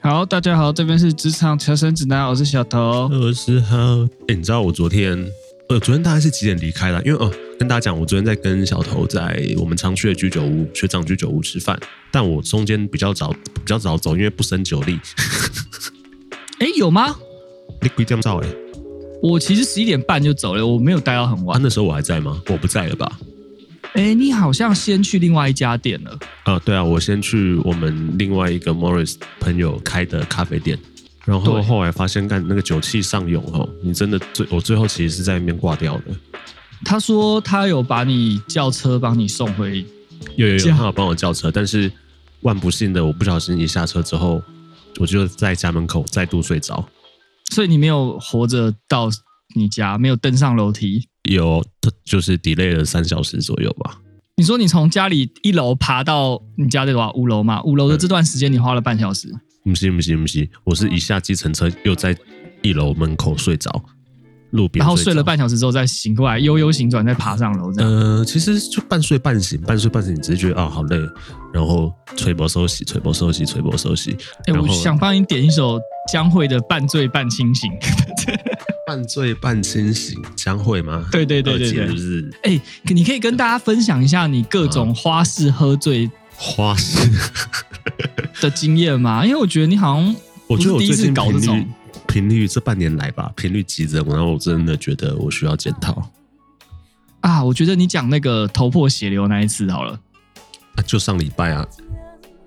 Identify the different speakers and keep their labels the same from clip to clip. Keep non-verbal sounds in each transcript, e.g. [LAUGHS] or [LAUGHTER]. Speaker 1: 好，大家好，这边是职场求生指南，我是小头。
Speaker 2: 二十号。哎、你知道我昨天，呃，昨天大概是几点离开的啊？因为哦、跟大家讲，我昨天在跟小头在我们常去的居酒屋学长居酒屋吃饭，但我中间比较早比较早走，因为不胜酒力。 [LAUGHS]
Speaker 1: 哎、有吗？
Speaker 2: 你鬼这照哎，
Speaker 1: 我其实十一点半就走了，我没有待到很
Speaker 2: 啊，
Speaker 1: 晚。
Speaker 2: 那时候我还在吗？我不在了吧？
Speaker 1: 哎、你好像先去另外一家店了。
Speaker 2: 啊，对啊，我先去我们另外一个 Morris 朋友开的咖啡店，然后
Speaker 1: 对
Speaker 2: 后来发现干那个酒气上涌哦，你真的最我最后其实是在那边挂掉的。
Speaker 1: 他说他有把你叫车帮你送回，
Speaker 2: 有有有，
Speaker 1: 这样
Speaker 2: 他有帮我叫车，但是万不幸的，我不小心一下车之后，我就在家门口再度睡着。
Speaker 1: 所以你没有活着到你家，没有登上楼梯。
Speaker 2: 有，这就是 delay 了三小时左右吧。
Speaker 1: 你说你从家里一楼爬到你家的话五楼嘛？五楼的这段时间你花了半小时。
Speaker 2: 不是不是不是，我是一下计程车，又在一楼门口睡着，路边，
Speaker 1: 然后睡了。半小时之后再醒过来，悠悠醒转，再爬上楼这样。
Speaker 2: 呃，其实就半睡半醒，半睡半醒，你只是觉得啊好累，然后吹波休息，吹波休息，吹波休息，
Speaker 1: 哎、
Speaker 2: 嗯然
Speaker 1: 我
Speaker 2: 后
Speaker 1: 想帮你点一首江蕙的《半醉半清醒》。 [LAUGHS]
Speaker 2: 半醉半清醒，将会吗？
Speaker 1: 对对对
Speaker 2: 二
Speaker 1: 对
Speaker 2: 姐
Speaker 1: 对
Speaker 2: 是不是
Speaker 1: 哎、你可以跟大家分享一下你各种花式喝醉
Speaker 2: 花式？
Speaker 1: 的经验吗？因为我觉得你好像
Speaker 2: 我觉得我
Speaker 1: 不是第
Speaker 2: 最
Speaker 1: 一次
Speaker 2: 近
Speaker 1: 搞这
Speaker 2: 频率
Speaker 1: 种，
Speaker 2: 频率这半年来吧，频率急增，然后我真的觉得我需要检讨
Speaker 1: 啊，我觉得你讲那个头破血流那一次好了，
Speaker 2: 啊！就上礼
Speaker 1: [LAUGHS]
Speaker 2: 拜啊，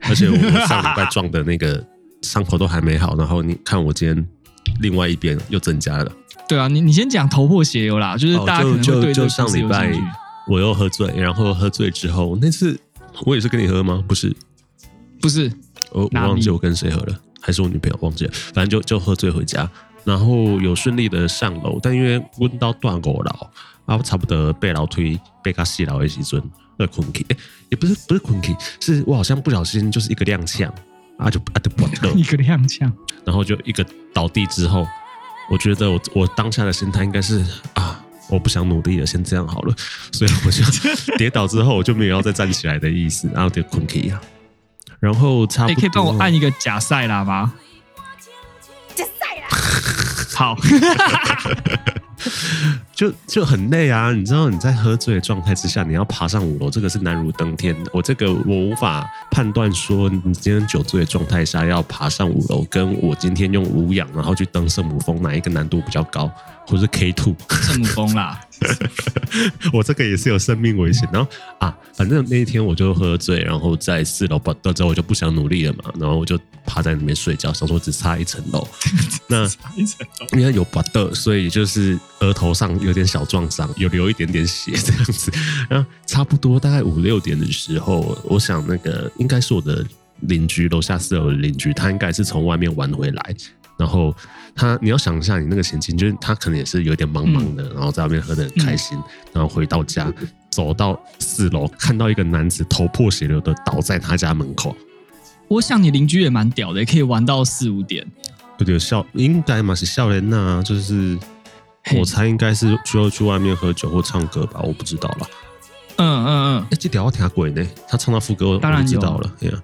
Speaker 2: 而且我我上礼拜撞的那个伤口都还没好，然后你看我今天另外一边又增加了，
Speaker 1: 对啊，你你先讲头破血流啦，就是
Speaker 2: 哦
Speaker 1: 大家可
Speaker 2: 就
Speaker 1: 能会对
Speaker 2: 就
Speaker 1: 这个故
Speaker 2: 就上
Speaker 1: 事
Speaker 2: 礼
Speaker 1: 有兴
Speaker 2: 拜
Speaker 1: 趣。
Speaker 2: 我又喝醉，然后喝醉之后那次我也是跟你喝吗？不是，
Speaker 1: 不是，
Speaker 2: 呃我我
Speaker 1: 哪里
Speaker 2: 忘记我跟谁喝了，还是我女朋友忘记了，反正就就喝醉回家，然后有顺利的上楼，但因为温到断五楼，啊，我差不多被楼推被他洗楼的时阵，那困去，欸也不是不是困去，是我好像不小心就是一个踉跄，啊就啊就不了
Speaker 1: [LAUGHS] 一，个踉跄，
Speaker 2: 然后就一个倒地之后，我觉得我我当下的心态应该是啊。我不想努力了，先这样好了。所以
Speaker 1: [LAUGHS]
Speaker 2: 我就跌倒之后，我就没有要再站起来的意思，然后就困去啊。然后差
Speaker 1: 哎、
Speaker 2: 不多，
Speaker 1: 可以帮我按一个假赛啦吗？好，
Speaker 2: [LAUGHS] 就就很累啊！你知道你在喝醉的状态之下，你要爬上五楼，这个是难如登天的。我这个我无法判断说，你今天酒醉的状态下要爬上五楼，跟我今天用无氧然后去登圣母峰，哪一个难度比较高，或是 K two，
Speaker 1: 圣母峰啦，
Speaker 2: [LAUGHS] 我这个也是有生命危险。然后啊，反正那一天我就喝醉，然后在四楼爬到之后我就不想努力了嘛，然后我就趴在里面睡觉，想说只差一层楼。那
Speaker 1: 差一层楼
Speaker 2: 因为有拔的，所以就是额头上有点小撞伤，有流一点点血这样子。然后差不多大概五六点的时候，我想那个应该是我的邻居，楼下四楼的邻居，他应该是从外面玩回来。然后他，你要想一下你那个情境，就是他可能也是有点茫茫的，然后在外面喝的很开心，然后回到家，走到四楼，看到一个男子头破血流的倒在他家门口，
Speaker 1: 我想你邻居也蛮屌的，也可以玩到四五点。
Speaker 2: 有点笑，应该嘛是笑人呐、就是
Speaker 1: 嘿
Speaker 2: 我猜应该是需要去外面喝酒或唱歌吧，我不知道啦。
Speaker 1: 嗯嗯
Speaker 2: 哎、这条我听鬼呢，他唱到副歌我
Speaker 1: 当然
Speaker 2: 我就知
Speaker 1: 有
Speaker 2: 道了，对呀、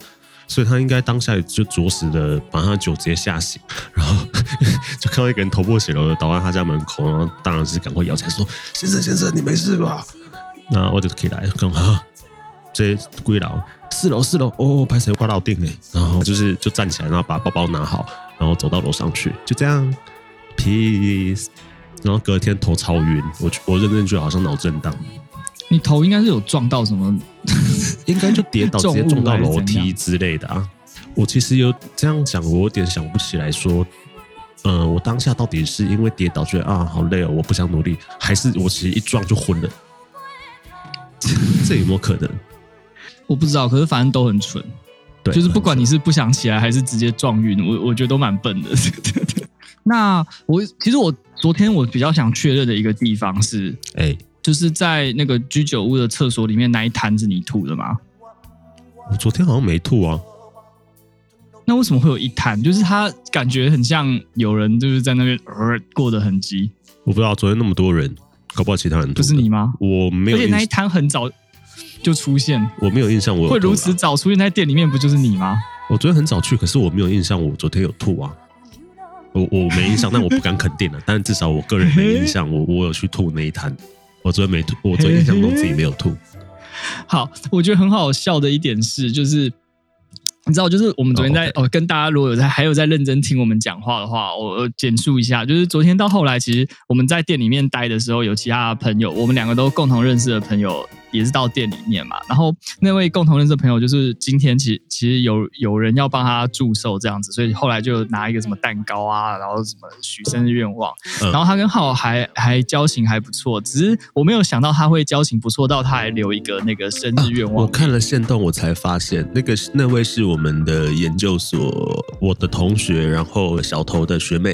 Speaker 2: 所以他应该当下就着实的把他的酒直接吓醒， [LAUGHS] 然后就看到一个人头破血流的倒在他家门口，然后当然是赶快摇起来说：“先生，先生，你没事吧？”那我就起来讲啊，这几楼四楼四楼哦，拍谁挂到定哎，然后就是就站起来，然后把包包拿好，然后走到楼上去，就这样，peace。然后隔天头超晕，我我认真觉得好像脑震荡，
Speaker 1: 嗯，你头应该是有撞到什么？
Speaker 2: 应该就跌倒，直
Speaker 1: 重物 [LAUGHS]
Speaker 2: 接撞到楼
Speaker 1: 还是怎
Speaker 2: 梯
Speaker 1: 样
Speaker 2: 之类的啊。我其实有这样讲，我有点想不起来说，呃，我当下到底是因为跌倒觉得啊好累哦，我不想努力，还是我其实一撞就昏了？这有没有可能？
Speaker 1: 我不知道，可是反正都很蠢。
Speaker 2: 对，
Speaker 1: 就是不管你是不想起来还是直接撞晕，我我觉得都蛮笨的。 [LAUGHS] 那我其实我昨天我比较想确认的一个地方是，
Speaker 2: 哎、
Speaker 1: 就是在那个居酒屋的厕所里面那一滩是你吐的吗？
Speaker 2: 我昨天好像没吐啊，
Speaker 1: 那为什么会有一滩？就是它感觉很像有人就是在那边呃过的痕迹，
Speaker 2: 我不知道昨天那么多人，搞不好其他人吐。
Speaker 1: 不是，你吗？
Speaker 2: 我没
Speaker 1: 而
Speaker 2: 有
Speaker 1: 且
Speaker 2: 印
Speaker 1: 那一，滩很早就出现，
Speaker 2: 我没有印象我有
Speaker 1: 会
Speaker 2: 吐
Speaker 1: 如
Speaker 2: 啦
Speaker 1: 此。早出现在店里面，不就是你吗？
Speaker 2: 我昨天很早去，可是我没有印象我昨天有吐啊。我我没印象，但我不敢肯定了。但至少我个人没印象，我我有去吐那一摊。我昨天没吐，我昨天印象中自己没有吐。
Speaker 1: 好，我觉得很好笑的一点是，就是你知道，就是我们昨天在、哦跟大家如果有在还有在认真听我们讲话的话，我我简述一下，就是昨天到后来，其实我们在店里面待的时候，有其他的朋友，我们两个都共同认识的朋友。也是到店里面嘛，然后那位共同认识的朋友，就是今天其实其实有有人要帮他祝寿这样子，所以后来就拿一个什么蛋糕啊，然后什么许生日愿望，
Speaker 2: 嗯
Speaker 1: 然后他跟浩还还交情还不错，只是我没有想到他会交情不错到他还留一个那个生日愿望。
Speaker 2: 我看了线动，我才发现那个那位是我们的研究所我的同学，然后小头的学妹。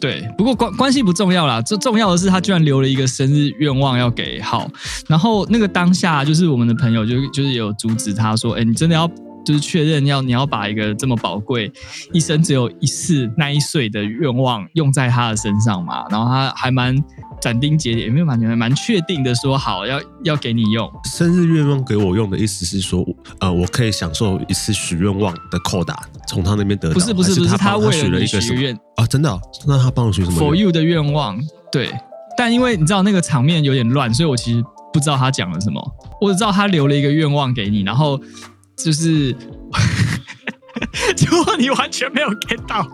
Speaker 1: 对，不过关关系不重要啦，最重要的是他居然留了一个生日愿望要给浩，然后那个当下就是我们的朋友就就是有阻止他说，哎，你真的要。就是确认要你要把一个这么宝贵、一生只有一次那一岁的愿望用在他的身上嘛？然后他还蛮斩钉截铁，也没有蛮蛮确定的说好要要给你用，
Speaker 2: 生日愿望给我用的意思是说，呃，我可以享受一次许愿望的扣打，从他那边得到。
Speaker 1: 不是不
Speaker 2: 还
Speaker 1: 是
Speaker 2: 是
Speaker 1: 不是，
Speaker 2: 他
Speaker 1: 他
Speaker 2: 帮他
Speaker 1: 为
Speaker 2: 许
Speaker 1: 了
Speaker 2: 了
Speaker 1: 你
Speaker 2: 一个
Speaker 1: 许
Speaker 2: 什么
Speaker 1: 愿
Speaker 2: 啊？真的哦、那他帮我许什么
Speaker 1: ，for
Speaker 2: 愿？
Speaker 1: you 的愿望，对。但因为你知道那个场面有点乱，所以我其实不知道他讲了什么，我只知道他留了一个愿望给你，然后就是 [LAUGHS] 结果你完全没有 get 到，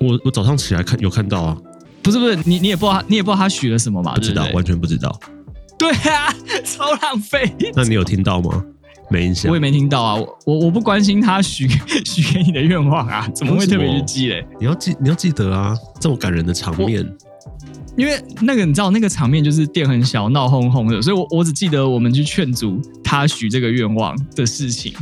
Speaker 2: 我我早上起来看有看到啊，
Speaker 1: 不是不是，你你也不知道他你也不知道他许了什么嘛，
Speaker 2: 不知道，
Speaker 1: 对不
Speaker 2: 完全不知道。
Speaker 1: 对对啊，超浪费。
Speaker 2: 那你有听到吗？没印象
Speaker 1: 我也。没听到啊，我我我不关心他许 [LAUGHS] 许给你的愿望啊，怎么会特别去记嘞？
Speaker 2: 你要记，你要记得啊，这么感人的场面，
Speaker 1: 因为那个你知道那个场面就是店很小闹哄哄的，所以我我只记得我们去劝阻他许这个愿望的事情，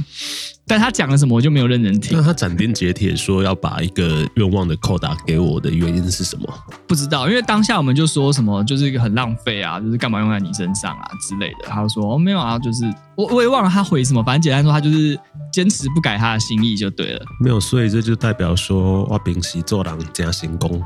Speaker 1: 但他讲了什么我就没有认真听
Speaker 2: 那，他斩钉截铁说要把一个愿望的扣打给我的原因是什么？
Speaker 1: 不知道，因为当下我们就说什么就是一个很浪费啊，就是干嘛用在你身上啊之类的，他就说哦没有啊，就是我我也忘了他回什么，反正简单说他就是坚持不改他的心意就对了。
Speaker 2: 没有，所以这就代表说哇，平时做人加行功，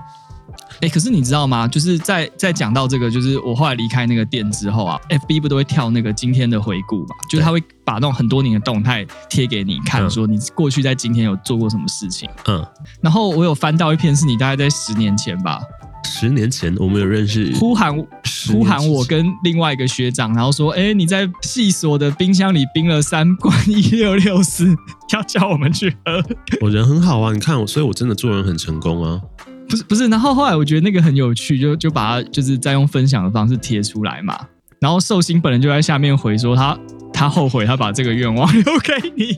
Speaker 1: 哎，可是你知道吗？就是在在讲到这个，就是我后来离开那个店之后啊，FB 不都会跳那个今天的回顾嘛？就是他会把那种很多年的动态贴给你看，
Speaker 2: 嗯
Speaker 1: 说你过去在今天有做过什么事情。
Speaker 2: 嗯，
Speaker 1: 然后我有翻到一篇是你大概在十年前吧，
Speaker 2: 十年前我们有认识，
Speaker 1: 呼喊
Speaker 2: 十年
Speaker 1: 呼喊我跟另外一个学长，然后说：“哎，你在系所的冰箱里冰了三罐 [LAUGHS] 一六六四，要叫我们去喝。”
Speaker 2: 我人很好啊，你看我，所以我真的做人很成功啊。
Speaker 1: 不是不是，然后后来我觉得那个很有趣，就就把它就是再用分享的方式贴出来嘛。然后寿星本人就在下面回说他他后悔他把这个愿望留给你，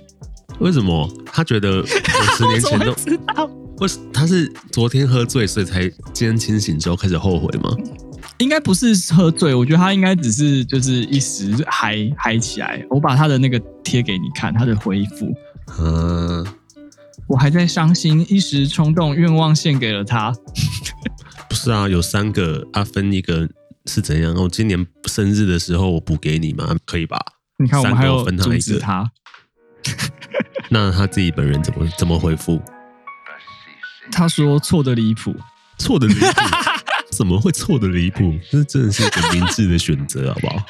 Speaker 2: 为什么他觉 [LAUGHS] 得我十
Speaker 1: 我
Speaker 2: 年
Speaker 1: 怎
Speaker 2: 前
Speaker 1: 么会
Speaker 2: 都
Speaker 1: 知道？
Speaker 2: 为什他是昨天喝醉，所以才今天清醒之后开始后悔吗？
Speaker 1: 应该不是喝醉，我觉得他应该只是就是一时嗨嗨起来。我把他的那个贴给你看，他的回复，
Speaker 2: 嗯、
Speaker 1: 我还在伤心，一时冲动愿望献给了他。
Speaker 2: 不是啊，有三个啊，分一个是怎样？我今年生日的时候我补给你嘛，可以吧？ [LAUGHS]
Speaker 1: 你看，我们还
Speaker 2: 三个
Speaker 1: 有
Speaker 2: 分他
Speaker 1: 阻
Speaker 2: 一个
Speaker 1: 止他，
Speaker 2: 那他自己本人怎么怎么回复？
Speaker 1: 他说错的离谱。
Speaker 2: 错的离谱， [LAUGHS] 怎么会错的离谱？这真的是一个明智的选择，好不好？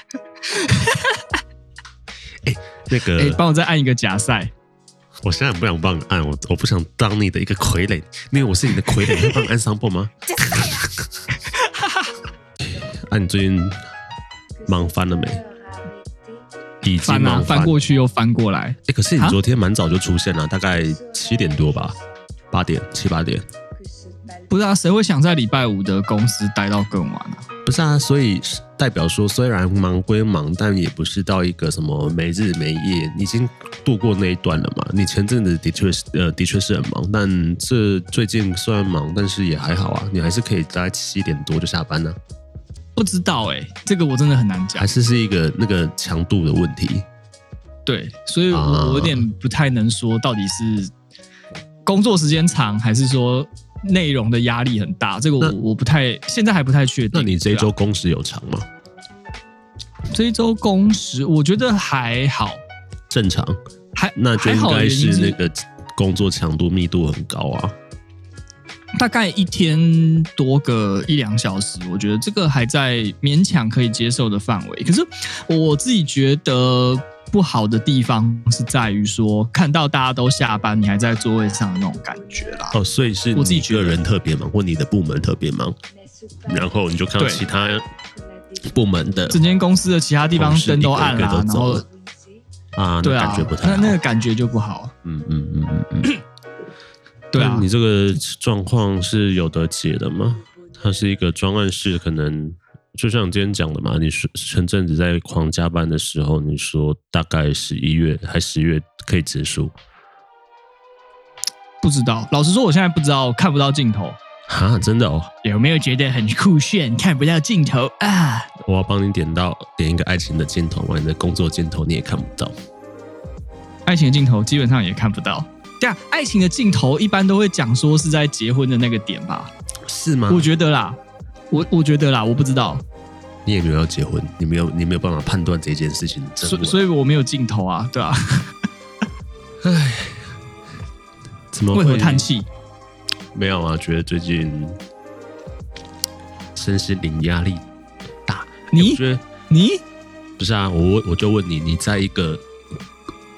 Speaker 2: [LAUGHS] 哎、那个、
Speaker 1: 哎、帮我再按一个假赛。
Speaker 2: 我现在不想帮你啊按，我我不想当你的一个傀儡，因为我是你的傀儡，你会帮我按上破 [LAUGHS] 吗？啊，你最近忙翻了没？已经
Speaker 1: 翻啊
Speaker 2: 忙
Speaker 1: 翻过去又翻过来，
Speaker 2: 哎、可是你
Speaker 1: 啊
Speaker 2: 昨天蛮早就出现了，大概七点多吧，八点七八点。
Speaker 1: 不知道、谁会想在礼拜五的公司待到更晚啊？
Speaker 2: 不是啊，所以是代表说，虽然忙归忙，但也不是到一个什么没日没夜，你已经度过那一段了嘛。你前阵子的确是，呃，的确是很忙，但这最近虽然忙，但是也还好啊，你还是可以大概七点多就下班呢、
Speaker 1: 欸
Speaker 2: 啊
Speaker 1: 不知道哎、这个我真的很难讲
Speaker 2: 还。是是一个那个强度的问题。
Speaker 1: 对，所以
Speaker 2: 啊
Speaker 1: 我我有点不太能说到底是工作时间长，还是说内容的压力很大。这个我
Speaker 2: 那
Speaker 1: 我不太现在还不太确定。
Speaker 2: 那你这一
Speaker 1: 对啊
Speaker 2: 周工时有长吗？
Speaker 1: 这一周工时，我觉得还好，
Speaker 2: 正常，
Speaker 1: 还
Speaker 2: 那就
Speaker 1: 还
Speaker 2: 应
Speaker 1: 好的
Speaker 2: 该
Speaker 1: 原因
Speaker 2: 是那个工作强度密度很高啊。
Speaker 1: 大概一天多个一两小时，我觉得这个还在勉强可以接受的范围。可是我自己觉得不好的地方是在于说，看到大家都下班，你还在座位上的那种感觉啦。
Speaker 2: 哦，所以是
Speaker 1: 我自己
Speaker 2: 你
Speaker 1: 觉
Speaker 2: 个
Speaker 1: 得
Speaker 2: 人特别忙，或你的部门特别忙，然后你就看到
Speaker 1: 对
Speaker 2: 其他部门的
Speaker 1: 整间公司的其他地方
Speaker 2: 同事
Speaker 1: 灯都暗
Speaker 2: 一个一
Speaker 1: 啦，
Speaker 2: 个
Speaker 1: 然
Speaker 2: 都走
Speaker 1: 后
Speaker 2: 了啊，
Speaker 1: 对
Speaker 2: 那
Speaker 1: 啊
Speaker 2: 感觉不，太
Speaker 1: 那
Speaker 2: 好。
Speaker 1: 那个感觉就不好。
Speaker 2: 嗯嗯嗯嗯嗯，
Speaker 1: 对啊
Speaker 2: 那，你这个状况是有得解的吗？它是一个专案式，可能就像你今天讲的嘛，你说前阵子在狂加班的时候，你说大概十一月还十月可以结束，
Speaker 1: 不知道，老实说，我现在不知道，看不到尽头。
Speaker 2: 哈，真的哦，
Speaker 1: 有没有觉得很酷炫？看不到尽头啊！
Speaker 2: 我要帮你点到点一个爱情的箭头嘛，你的工作箭头你也看不到。
Speaker 1: 爱情的镜头基本上也看不到。对啊，爱情的镜头一般都会讲说是在结婚的那个点吧？
Speaker 2: 是吗
Speaker 1: 我觉得啦，我我觉得啦，我不知道，
Speaker 2: 你也没有要结婚，你没有，你没有办法判断这件事情的真
Speaker 1: 所
Speaker 2: 伪。
Speaker 1: 所以我没有镜头啊，对啊，
Speaker 2: 怎么
Speaker 1: 为
Speaker 2: 会
Speaker 1: 何叹？气？
Speaker 2: 没有啊，觉得最近身心灵压力大。我
Speaker 1: 你
Speaker 2: 觉得
Speaker 1: 你
Speaker 2: 不是啊，我我就问你，你在一个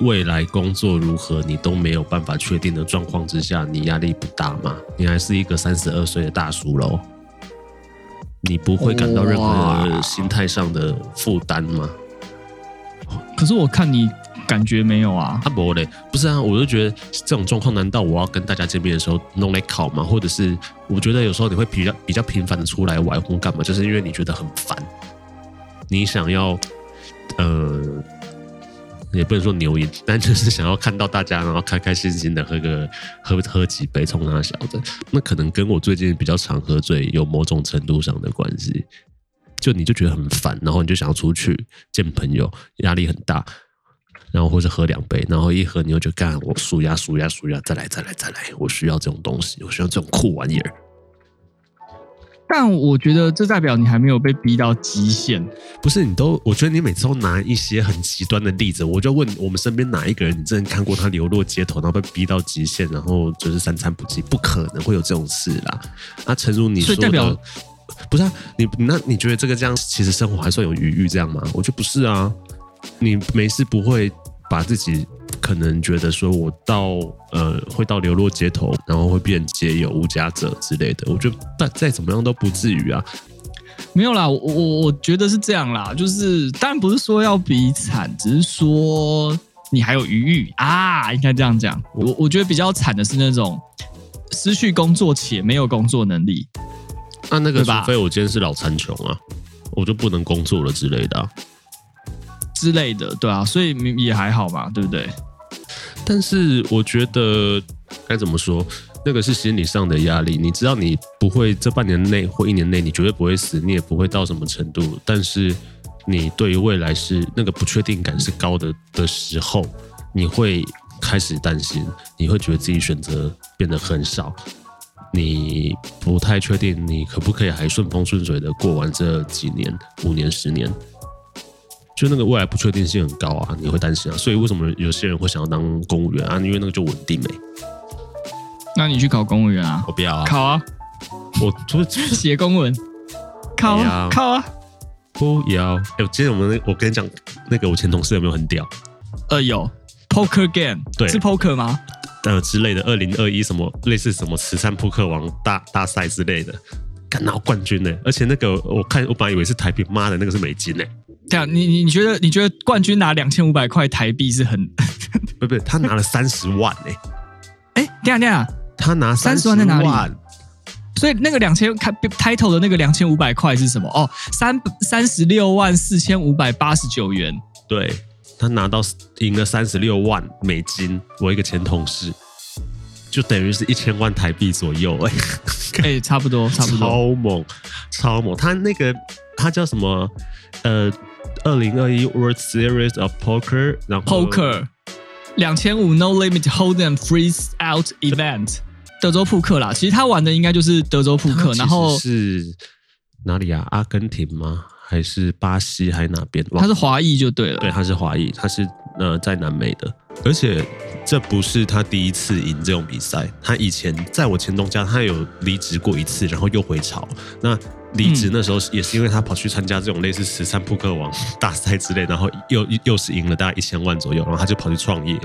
Speaker 2: 未来工作如何你都没有办法确定的状况之下，你压力不大吗？你还是一个三十二岁的大叔喽，你不会感到任何
Speaker 1: 哇
Speaker 2: 的心态上的负担吗？
Speaker 1: 可是我看你感觉没有啊？
Speaker 2: 啊不嘞，不是啊，我就觉得这种状况，难道我要跟大家见面的时候弄来考吗？或者是我觉得有时候你会比较比较频繁的出来玩或干嘛，就是因为你觉得很烦，你想要呃，也不能说牛饮，但就是想要看到大家，然后开开心心的喝个喝喝几杯冲他小的，那可能跟我最近比较常喝醉有某种程度上的关系。就你就觉得很烦，然后你就想要出去见朋友，压力很大，然后或是喝两杯，然后一喝你又就干我数压数压数压，再来再来再来，我需要这种东西，我需要这种酷玩意儿。
Speaker 1: 但我觉得这代表你还没有被逼到极限。
Speaker 2: 不是你都，我觉得你每次都拿一些很极端的例子，我就问我们身边哪一个人，你真的看过他流落街头，然后被逼到极限，然后就是三餐不继，不可能会有这种事啦。啊，诚如你说
Speaker 1: 所以代表
Speaker 2: 的，不是啊，你那你觉得这个这样，其实生活还算有余裕这样吗？我觉得不是啊，你没事不会把自己可能觉得说我到呃会到流落街头，然后会变街友、无家者之类的，我觉得再再怎么样都不至于啊。
Speaker 1: 没有啦，我我我觉得是这样啦，就是当然不是说要比惨，只是说你还有余裕啊，应该这样讲。我我觉得比较惨的是那种失去工作且没有工作能力，
Speaker 2: 那啊那个，
Speaker 1: 对
Speaker 2: 除
Speaker 1: 吧
Speaker 2: 非我今天是老残穷啊，我就不能工作了之类的、啊。
Speaker 1: 之类的，对啊，所以也还好嘛，对不对？
Speaker 2: 但是我觉得该怎么说，那个是心理上的压力。你知道，你不会这半年内或一年内，你绝对不会死，你也不会到什么程度。但是你对于未来是那个不确定感是高的的时候，你会开始担心，你会觉得自己选择变得很少。你不太确定你可不可以还顺风顺水的过完这几年、五年、十年，就那个未来不确定性很高啊，你会担心啊。所以为什么有些人会想要当公务员啊？因为那个就稳定没、
Speaker 1: 那你去考公务员啊，
Speaker 2: 我不要啊，
Speaker 1: 考啊，
Speaker 2: 我不
Speaker 1: 写公文，考
Speaker 2: 哎
Speaker 1: 啊
Speaker 2: 呀，
Speaker 1: 考啊，
Speaker 2: 不要。 [LAUGHS] 哎、我今天我们那我跟你讲，那个我前同事有没有很屌？
Speaker 1: 呃，有 poker game，
Speaker 2: 对
Speaker 1: 是 poker 吗？
Speaker 2: 呃之类的，二零二一什么类似什么慈善扑克王大大赛之类的，干到冠军呢、而且那个我看我本来以为是台币，妈的那个是美金欸呢、
Speaker 1: 这样，你你你觉得你觉得冠军拿两千五百块台币是很？ [LAUGHS]
Speaker 2: 不不，他拿了三十万呢、
Speaker 1: 哎，这样这样，
Speaker 2: 他拿
Speaker 1: 30
Speaker 2: 30
Speaker 1: 万在哪里
Speaker 2: 万
Speaker 1: 所以那个两千开 title 的那个两千五百块是什么？哦，三三十六万四千五百八十九元。
Speaker 2: 对他拿到赢了三十六万美金，我一个前同事，就等于是一千万台币左右、哎，
Speaker 1: 哎、 [LAUGHS] 差不多，差不多。
Speaker 2: 超猛，超猛。他那个他叫什么？呃二零二一 World Series of Poker，然后
Speaker 1: Poker 两千五 No Limit Hold and Freeze Out Event，德州扑克啦。其实他玩的应该就是德州扑
Speaker 2: 它
Speaker 1: 克，
Speaker 2: 其
Speaker 1: 然后
Speaker 2: 实是哪里啊？阿根廷吗？还是巴西？还是哪边？
Speaker 1: 他是华裔就对了。
Speaker 2: 对，他是华裔，他是呃在南美的，而且这不是他第一次赢这种比赛，他以前在我前东家他有离职过一次，然后又回潮。那离职
Speaker 1: 嗯
Speaker 2: 那时候也是因为他跑去参加这种类似十三扑克王 [LAUGHS] 大赛之类，然后又又又是赢了大概一千万左右，然后他就跑去创业，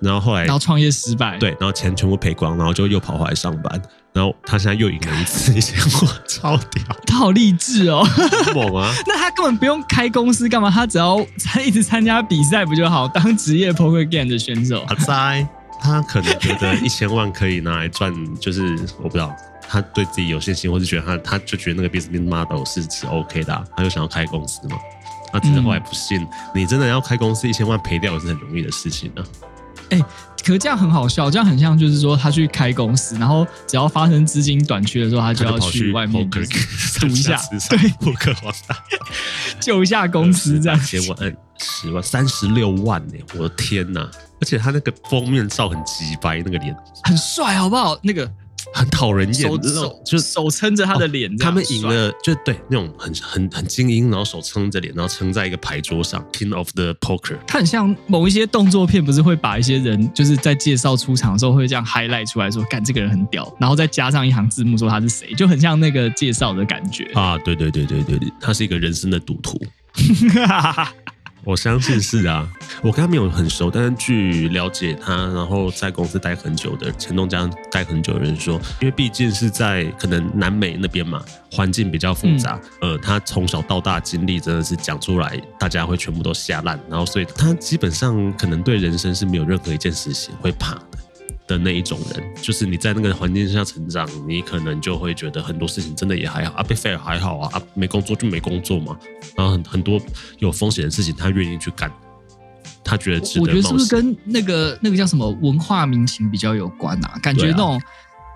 Speaker 2: 然后后来
Speaker 1: 然后创业失败，，
Speaker 2: 对，然后钱全部赔光，然后就又跑回来上班，然后他现在又赢了
Speaker 1: [LAUGHS]
Speaker 2: 一次一千万，超屌，
Speaker 1: 他好励志哦。 [LAUGHS]
Speaker 2: 猛啊！
Speaker 1: 那他根本不用开公司干嘛？他只要他一直参加比赛不就好？当职业 poker game 的选手，
Speaker 2: 阿哉，他可能觉得一千万可以拿来赚，就是我不知道，他对自己有信心，或是觉得他他就觉得那个 business model 是是 OK 的啊、他就想要开公司嘛。他只是后来不信，你真的要开公司，一千万赔掉也是很容易的事情啊。
Speaker 1: 哎可是这样很好笑，这样很像就是说他去开公司，然后只要发生资金短缺的时候，他
Speaker 2: 他
Speaker 1: 就要
Speaker 2: 跑去
Speaker 1: 外面
Speaker 2: poker [LAUGHS]
Speaker 1: 赌一下
Speaker 2: 对扑克王大
Speaker 1: 救一下公司这样
Speaker 2: 千
Speaker 1: 子。
Speaker 2: 万、呃十万、三十六万呢、我的天哪！而且他那个封面照很鸡掰，那个脸
Speaker 1: 很帅好不好？那个
Speaker 2: 很讨人厌
Speaker 1: 手，
Speaker 2: 那种
Speaker 1: 手
Speaker 2: 就哦
Speaker 1: 就是手撑着他的脸这
Speaker 2: 他
Speaker 1: 样，
Speaker 2: 们赢
Speaker 1: 很帅，
Speaker 2: 了，就对那种很很很精英，然后手撑着脸，然后撑在一个牌桌上，King of the Poker。
Speaker 1: 他很像某一些动作片，不是会把一些人就是在介绍出场的时候会这样 highlight 出来说，干这个人很屌，然后再加上一行字幕说他是谁，就很像那个介绍的感觉。
Speaker 2: 啊，对对对对对对，他是一个人生的赌徒，我相信是啊。我跟他没有很熟，但是据了解他，然后在公司待很久的前东家待很久的人说，因为毕竟是在可能南美那边嘛，环境比较复杂，呃，他从小到大经历真的是讲出来，大家会全部都吓烂，然后所以他基本上可能对人生是没有任何一件事情会怕的。的那一种人，就是你在那个环境下成长，你可能就会觉得很多事情真的也还好啊，被 fail 还好啊，啊没工作就没工作嘛，然后很很多有风险的事情他愿意去干，他觉得值
Speaker 1: 我
Speaker 2: 得
Speaker 1: 觉得是
Speaker 2: 冒
Speaker 1: 不是
Speaker 2: 险。
Speaker 1: 跟那个那个叫什么文化民情比较有关啊？感觉
Speaker 2: 对啊
Speaker 1: 那种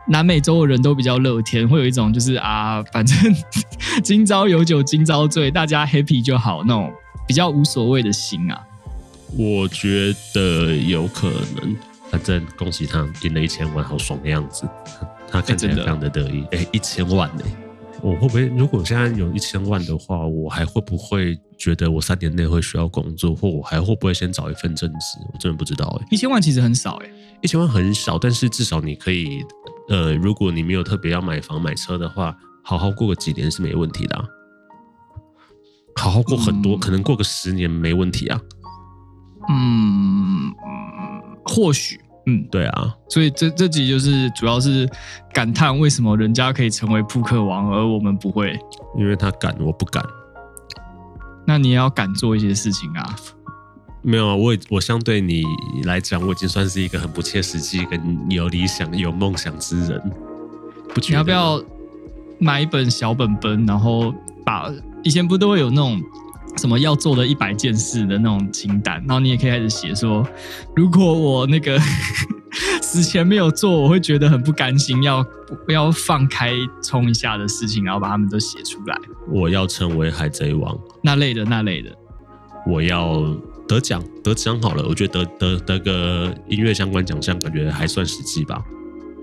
Speaker 1: 南美洲的人都比较乐天，会有一种就是啊，反正 [LAUGHS] 今朝有酒今朝醉，大家 happy 就好那种比较无所谓的心啊。
Speaker 2: 我觉得有可能，反正恭喜他赢了一千万，好爽的样子，他看起来
Speaker 1: 哎真
Speaker 2: 非
Speaker 1: 的
Speaker 2: 常的得意。哎、一千万呢、我会不会如果现在有一千万的话，我还会不会觉得我三年内会需要工作，或我还会不会先找一份正职？我真的不知道哎、
Speaker 1: 一千万其实很少哎、
Speaker 2: 一千万很少，但是至少你可以，呃，如果你没有特别要买房买车的话，好好过个几年是没问题的啊、好好过很多，
Speaker 1: 嗯
Speaker 2: 可能过个十年没问题啊。
Speaker 1: 嗯，嗯或许。嗯，
Speaker 2: 对啊，
Speaker 1: 所以这这集就是主要是感叹为什么人家可以成为扑克王，而我们不会。
Speaker 2: 因为他敢，我不敢。
Speaker 1: 那你也要敢做一些事情啊！
Speaker 2: 没有啊，我也我相对你来讲，我已经算是一个很不切实际、跟有理想、有梦想之人。不觉
Speaker 1: 你
Speaker 2: 得
Speaker 1: 要不
Speaker 2: 吗
Speaker 1: 要买一本小本本，然后把以前不都会有那种什么要做的一百件事的那种清单，然后你也可以开始写说，如果我那个 [LAUGHS] 死前没有做，我会觉得很不甘心，要要放开冲一下的事情，然后把它们都写出来，
Speaker 2: 我要成为海贼王，
Speaker 1: 那类的那类的。
Speaker 2: 我要得奖，得奖好了。我觉得得得得个音乐相关奖项，感觉还算实际吧。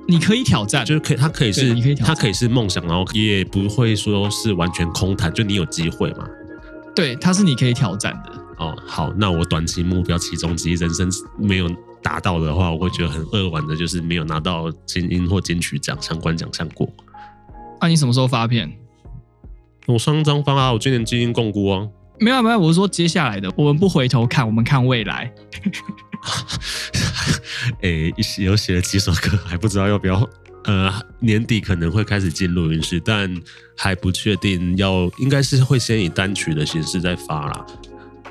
Speaker 1: 你可以挑战，
Speaker 2: 就是可以，它可以
Speaker 1: 对你可
Speaker 2: 是
Speaker 1: 以挑
Speaker 2: 它
Speaker 1: 战
Speaker 2: 可以是梦想，然后也不会说是完全空谈，就你有机会嘛。
Speaker 1: 对，它是你可以挑战的。
Speaker 2: 哦，好，那我短期目标其中之一，人生没有达到的话，我会觉得很扼腕的，就是没有拿到金鹰或金曲奖相关奖项过。
Speaker 1: 那、你什么时候发片？
Speaker 2: 我双张发啊，我今年基因共估啊，
Speaker 1: 没有没有，我是说接下来的，我们不回头看，我们看未来。
Speaker 2: [LAUGHS] 诶、一有写了几首歌，还不知道要不要。呃，年底可能会开始进录音室，但还不确定要，应该是会先以单曲的形式再发啦。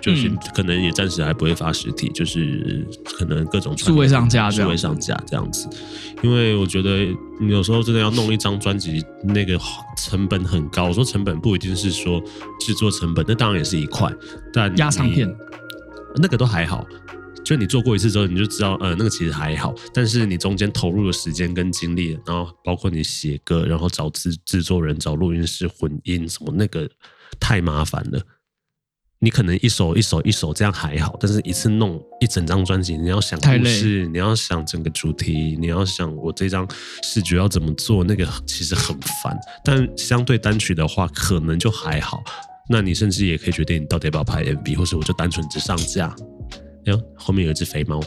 Speaker 2: 就是
Speaker 1: 嗯
Speaker 2: 可能也暂时还不会发实体，就是可能各种
Speaker 1: 数位上架这
Speaker 2: 数
Speaker 1: 样
Speaker 2: 位上架这样子。因为我觉得你有时候真的要弄一张专辑，那个成本很高。我说成本不一定是说制作成本，那当然也是一块，但
Speaker 1: 压唱
Speaker 2: 你
Speaker 1: 片
Speaker 2: 那个都还好。就你做过一次之后，你就知道，呃，那个其实还好，但是你中间投入的时间跟精力，然后包括你写歌，然后找制制作人、找录音师、混音什么，那个太麻烦了。你可能一首一首一首这样还好，但是一次弄一整张专辑，你要想
Speaker 1: 太
Speaker 2: 故
Speaker 1: 累
Speaker 2: 事，你要想整个主题，你要想我这张视觉要怎么做，那个其实很烦。但相对单曲的话，可能就还好。那你甚至也可以决定你到底要不要拍 MV，或是我就单纯只上架。哎呦，后面有一只肥猫，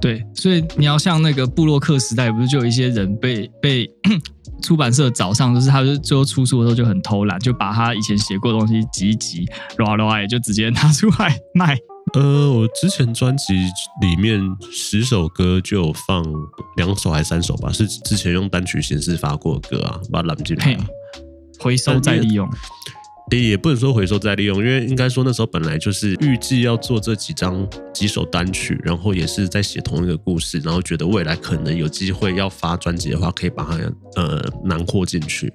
Speaker 1: 对，所以你要像那个布洛克时代，不是就有一些人被被 [CLEARS THROAT] 出版社找上，就是他就是最后出书的时候就很偷懒，就把他以前写过的东西集一集，然后也就直接拿出来卖。
Speaker 2: 呃，我之前专辑里面十首歌就有放两首还三首吧，是之前用单曲形式发过的歌啊，把它揽进来、
Speaker 1: 嘿
Speaker 2: 啊。，
Speaker 1: 回收再利用。
Speaker 2: 也也不能说回收再利用，因为应该说那时候本来就是预计要做这几张几首单曲，然后也是在写同一个故事，然后觉得未来可能有机会要发专辑的话，可以把它呃囊括进去，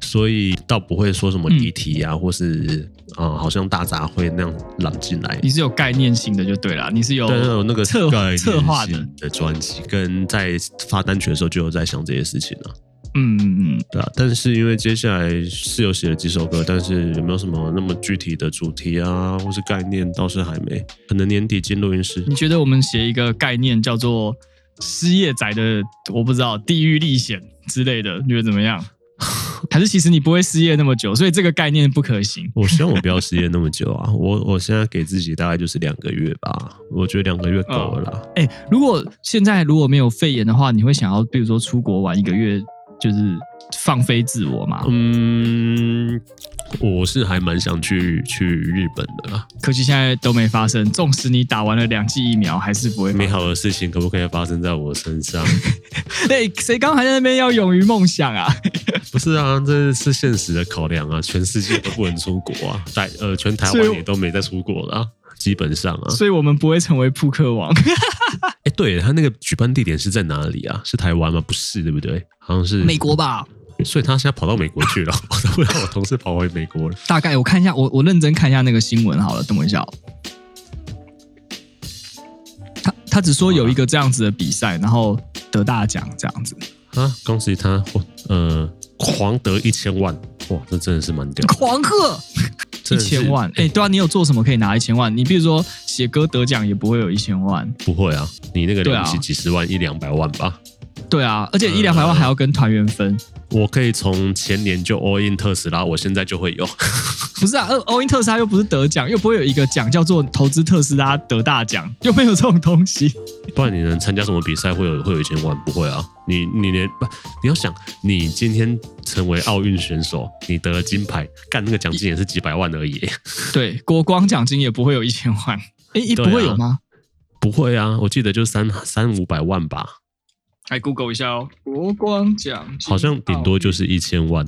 Speaker 2: 所以倒不会说什么
Speaker 1: 嗯
Speaker 2: 议题啊，或是啊、呃好像大杂烩那样揽进来。
Speaker 1: 你是有概念性的就对了，你是有
Speaker 2: 但是有那个
Speaker 1: 哦策
Speaker 2: 概念
Speaker 1: 策划的，
Speaker 2: 性的专辑，跟在发单曲的时候就有在想这些事情了、
Speaker 1: 嗯嗯嗯，
Speaker 2: 对啊。但是因为接下来是有写了几首歌，但是有没有什么那么具体的主题啊，或是概念，倒是还没。可能年底进录音室
Speaker 1: 你，觉得我们写一个概念叫做“失业仔的”，我不知道地狱历险之类的，你觉得怎么 [LAUGHS] 样？还是其实你不会失业那么久，所以这个概念不可行。
Speaker 2: 我希望我不要失业那么久啊。我我现在给自己大概就是两个月吧，我觉得两个月够了啦。
Speaker 1: 哎、如果现在如果没有肺炎的话，你会想要比如说出国玩一个月，就是放飞自我嘛？
Speaker 2: 嗯，我是还蛮想去去日本的啦。
Speaker 1: 可惜现在都没发生。纵使你打完了两剂疫苗，还是不会发
Speaker 2: 美。好的事情可不可以发生在我身上？
Speaker 1: [LAUGHS] 对，哎谁刚还在那边要勇于梦想啊？
Speaker 2: 不是啊，这是现实的考量啊，全世界都不能出国啊，在呃，全台
Speaker 1: 所以
Speaker 2: 湾
Speaker 1: 我
Speaker 2: 也都没在出国了、啊，基本上啊。
Speaker 1: 所以我们不会成为扑克王。
Speaker 2: 哎，对他那个举办地点是在哪里啊？是台湾吗？不是，对不对？好像是
Speaker 1: 美，国吧？
Speaker 2: 所以他现在跑到美国去了， [LAUGHS] 我都不知道我同事跑回美国了。
Speaker 1: 大概我看一下，我我认真看一下那个新闻好了，等我一下、哦。他他只说有一个这样子的比赛，然后得大奖这样子，
Speaker 2: 啊，恭喜他，获呃，狂得一千万，哇，这真的是蛮
Speaker 1: [LAUGHS]
Speaker 2: 屌的，
Speaker 1: 狂贺一
Speaker 2: 真的是
Speaker 1: 千万。哎、对啊，你有做什么可以拿一千万？你比如说写歌得奖也不会有一千万，
Speaker 2: 不会啊，你那个
Speaker 1: 对啊
Speaker 2: 两起几十万、一两百万吧。
Speaker 1: 对啊，而且
Speaker 2: 嗯
Speaker 1: 一两百万还要跟团员分，
Speaker 2: 我可以从前年就 all in 特斯拉，我现在就会有。
Speaker 1: 不是啊？呃，欧因特斯拉又不是得奖，又不会有一个奖叫做投资特斯拉得大奖，又没有这种东西。
Speaker 2: 不然你能参加什么比赛会有会有一千万？不会啊，你你连不你要想，你今天成为奥运选手，你得了金牌，干那个奖金也是几百万而已， [LAUGHS]
Speaker 1: 对，国光奖金也不会有一千万，哎、一不
Speaker 2: 对啊
Speaker 1: 会有吗？
Speaker 2: 不会啊，我记得就三三五百万吧，
Speaker 1: 来 Google 一下哦，国光奖金
Speaker 2: 好像顶多就是一千万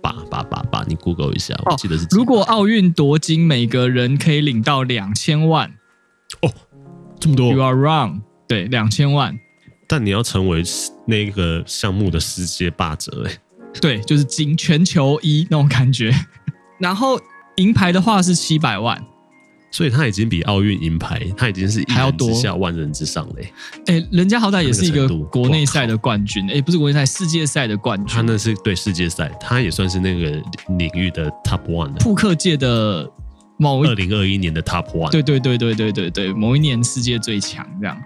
Speaker 2: 吧吧吧吧，你 Google 一下，我记得是
Speaker 1: 哦如果
Speaker 2: 奥
Speaker 1: 奥运夺金，每个人可以领到两千万。
Speaker 2: 哦这么
Speaker 1: You
Speaker 2: 多，
Speaker 1: are wrong。对，两千万，
Speaker 2: 但你要成为那个项目的世界霸者、欸，
Speaker 1: 对，就是金全球一那种感觉。 [LAUGHS] 然后银牌的话是七百万，
Speaker 2: 所以他已经比奥运银牌，他已经是一
Speaker 1: 还要
Speaker 2: 人之
Speaker 1: 多
Speaker 2: 下万人之上嘞、欸
Speaker 1: 哎，人家好歹也是一
Speaker 2: 那
Speaker 1: 个
Speaker 2: 个程度
Speaker 1: 国内赛的冠军，哎，不嗯是国内赛，世界赛的冠
Speaker 2: 他
Speaker 1: 军，
Speaker 2: 那是对世界赛，他也算是那个领域的 top one 的。
Speaker 1: 扑克界的某
Speaker 2: 二
Speaker 1: 一，
Speaker 2: 零二一年的 top one，
Speaker 1: 对对对对对对对，某一年世界最强这样。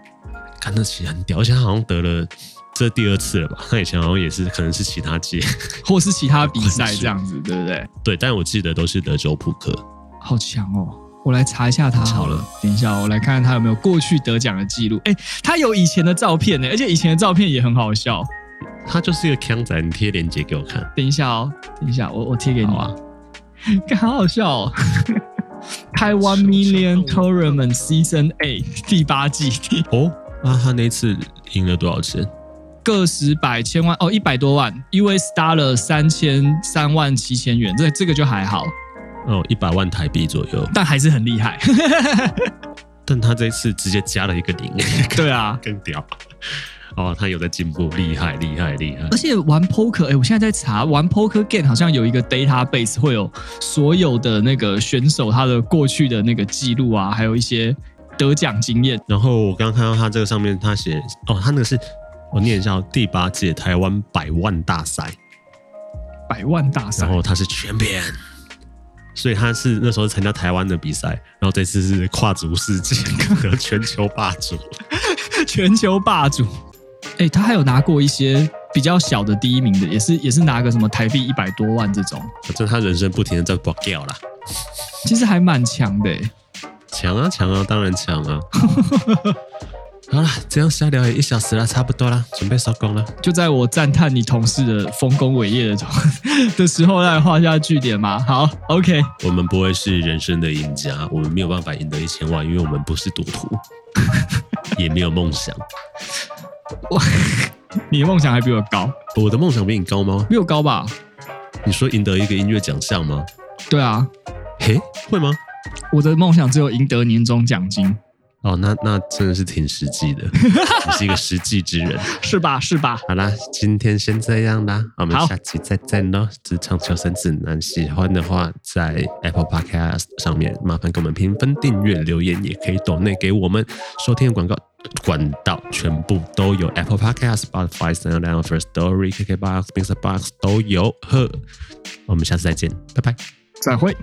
Speaker 2: 看得起很屌，而且他好像得了这第二次了吧？ [LAUGHS] 他以前好像也是，可能是其他届，
Speaker 1: [LAUGHS]
Speaker 2: [LAUGHS]
Speaker 1: 或是其他比赛这样子，对不对？
Speaker 2: 对，但我记得都是德州扑克。
Speaker 1: 好强哦！我来查一下他好了，等一下哦我来看看他有没有过去得奖的记录。哎，他有以前的照片呢，而且以前的照片也很好笑。
Speaker 2: 他就是一个康仔，你贴链接给我看。
Speaker 1: 等一下哦，等一下，我我贴给你
Speaker 2: 好啊。
Speaker 1: [LAUGHS] 干好好笑哦！ [LAUGHS] 台湾 Million Tournament Season Eight 第八季，
Speaker 2: 哦，那他那一次赢了多少钱？
Speaker 1: 个十百千万哦，一百多万，US dollar 三千三万七千元，这这个就还好，
Speaker 2: 哦，一百万台币左右。
Speaker 1: 但还是很厉害。 [LAUGHS]
Speaker 2: 但他这一次直接加了一个零， [LAUGHS]
Speaker 1: 对啊，
Speaker 2: 更屌。 [LAUGHS] 哦，他有在进步，厉害，厉害，厉害
Speaker 1: 而。且玩 poker，哎、我现在在查玩 poker game，好像有一个 database 会有所有的那个选手他的过去的那个记录啊，还有一些得奖经验。
Speaker 2: 然后我刚刚看到他这个上面，他写哦，他那个是我念一下哦，第八届台湾百万大赛，
Speaker 1: 百万大
Speaker 2: 然
Speaker 1: 赛
Speaker 2: 后他是 champion。所以他是那时候参加台湾的比赛，然后这次是跨足世界，得全球霸主。
Speaker 1: 全球霸主。哎、他还有拿过一些比较小的第一名的，也是也是拿个什么台币一百多万这种，
Speaker 2: 反正他人生不停的在爆掉啦，
Speaker 1: 其实还蛮强的、欸。
Speaker 2: 强啊强啊，当然强啊。 [LAUGHS] 好啦，这样瞎聊也一小时了，差不多啦，准备收工了。
Speaker 1: 就在我赞叹你同事的丰功伟业的同 [LAUGHS] 的时候，来画下句点嘛。好，OK，
Speaker 2: 我们不会是人生的赢家，我们没有办法赢得一千万，因为我们不是赌徒，也没有梦想。
Speaker 1: 你的梦想还比我高，
Speaker 2: 我的梦想比你高吗？
Speaker 1: 比我高吧？
Speaker 2: 你说赢得一个音乐奖项吗？
Speaker 1: 对啊，
Speaker 2: 嘿，会吗？
Speaker 1: 我的梦想只有赢得年终奖金，
Speaker 2: 哦，那那真的是挺实际的，你是一个实际之人。
Speaker 1: 是吧？是吧？
Speaker 2: 好啦，今天先这样啦，我们
Speaker 1: 好
Speaker 2: 下期再见喽。职场求生指南，喜欢的话在 Apple Podcast 上面麻烦给我们评分、订阅、留言，也可以抖内给我们收听的广告。管道全部都有，Apple Podcast、Spotify、s o u n d l o u First Story、KKBox、Mixbox 都有。呵，我们下次再见，拜拜。
Speaker 1: 再会。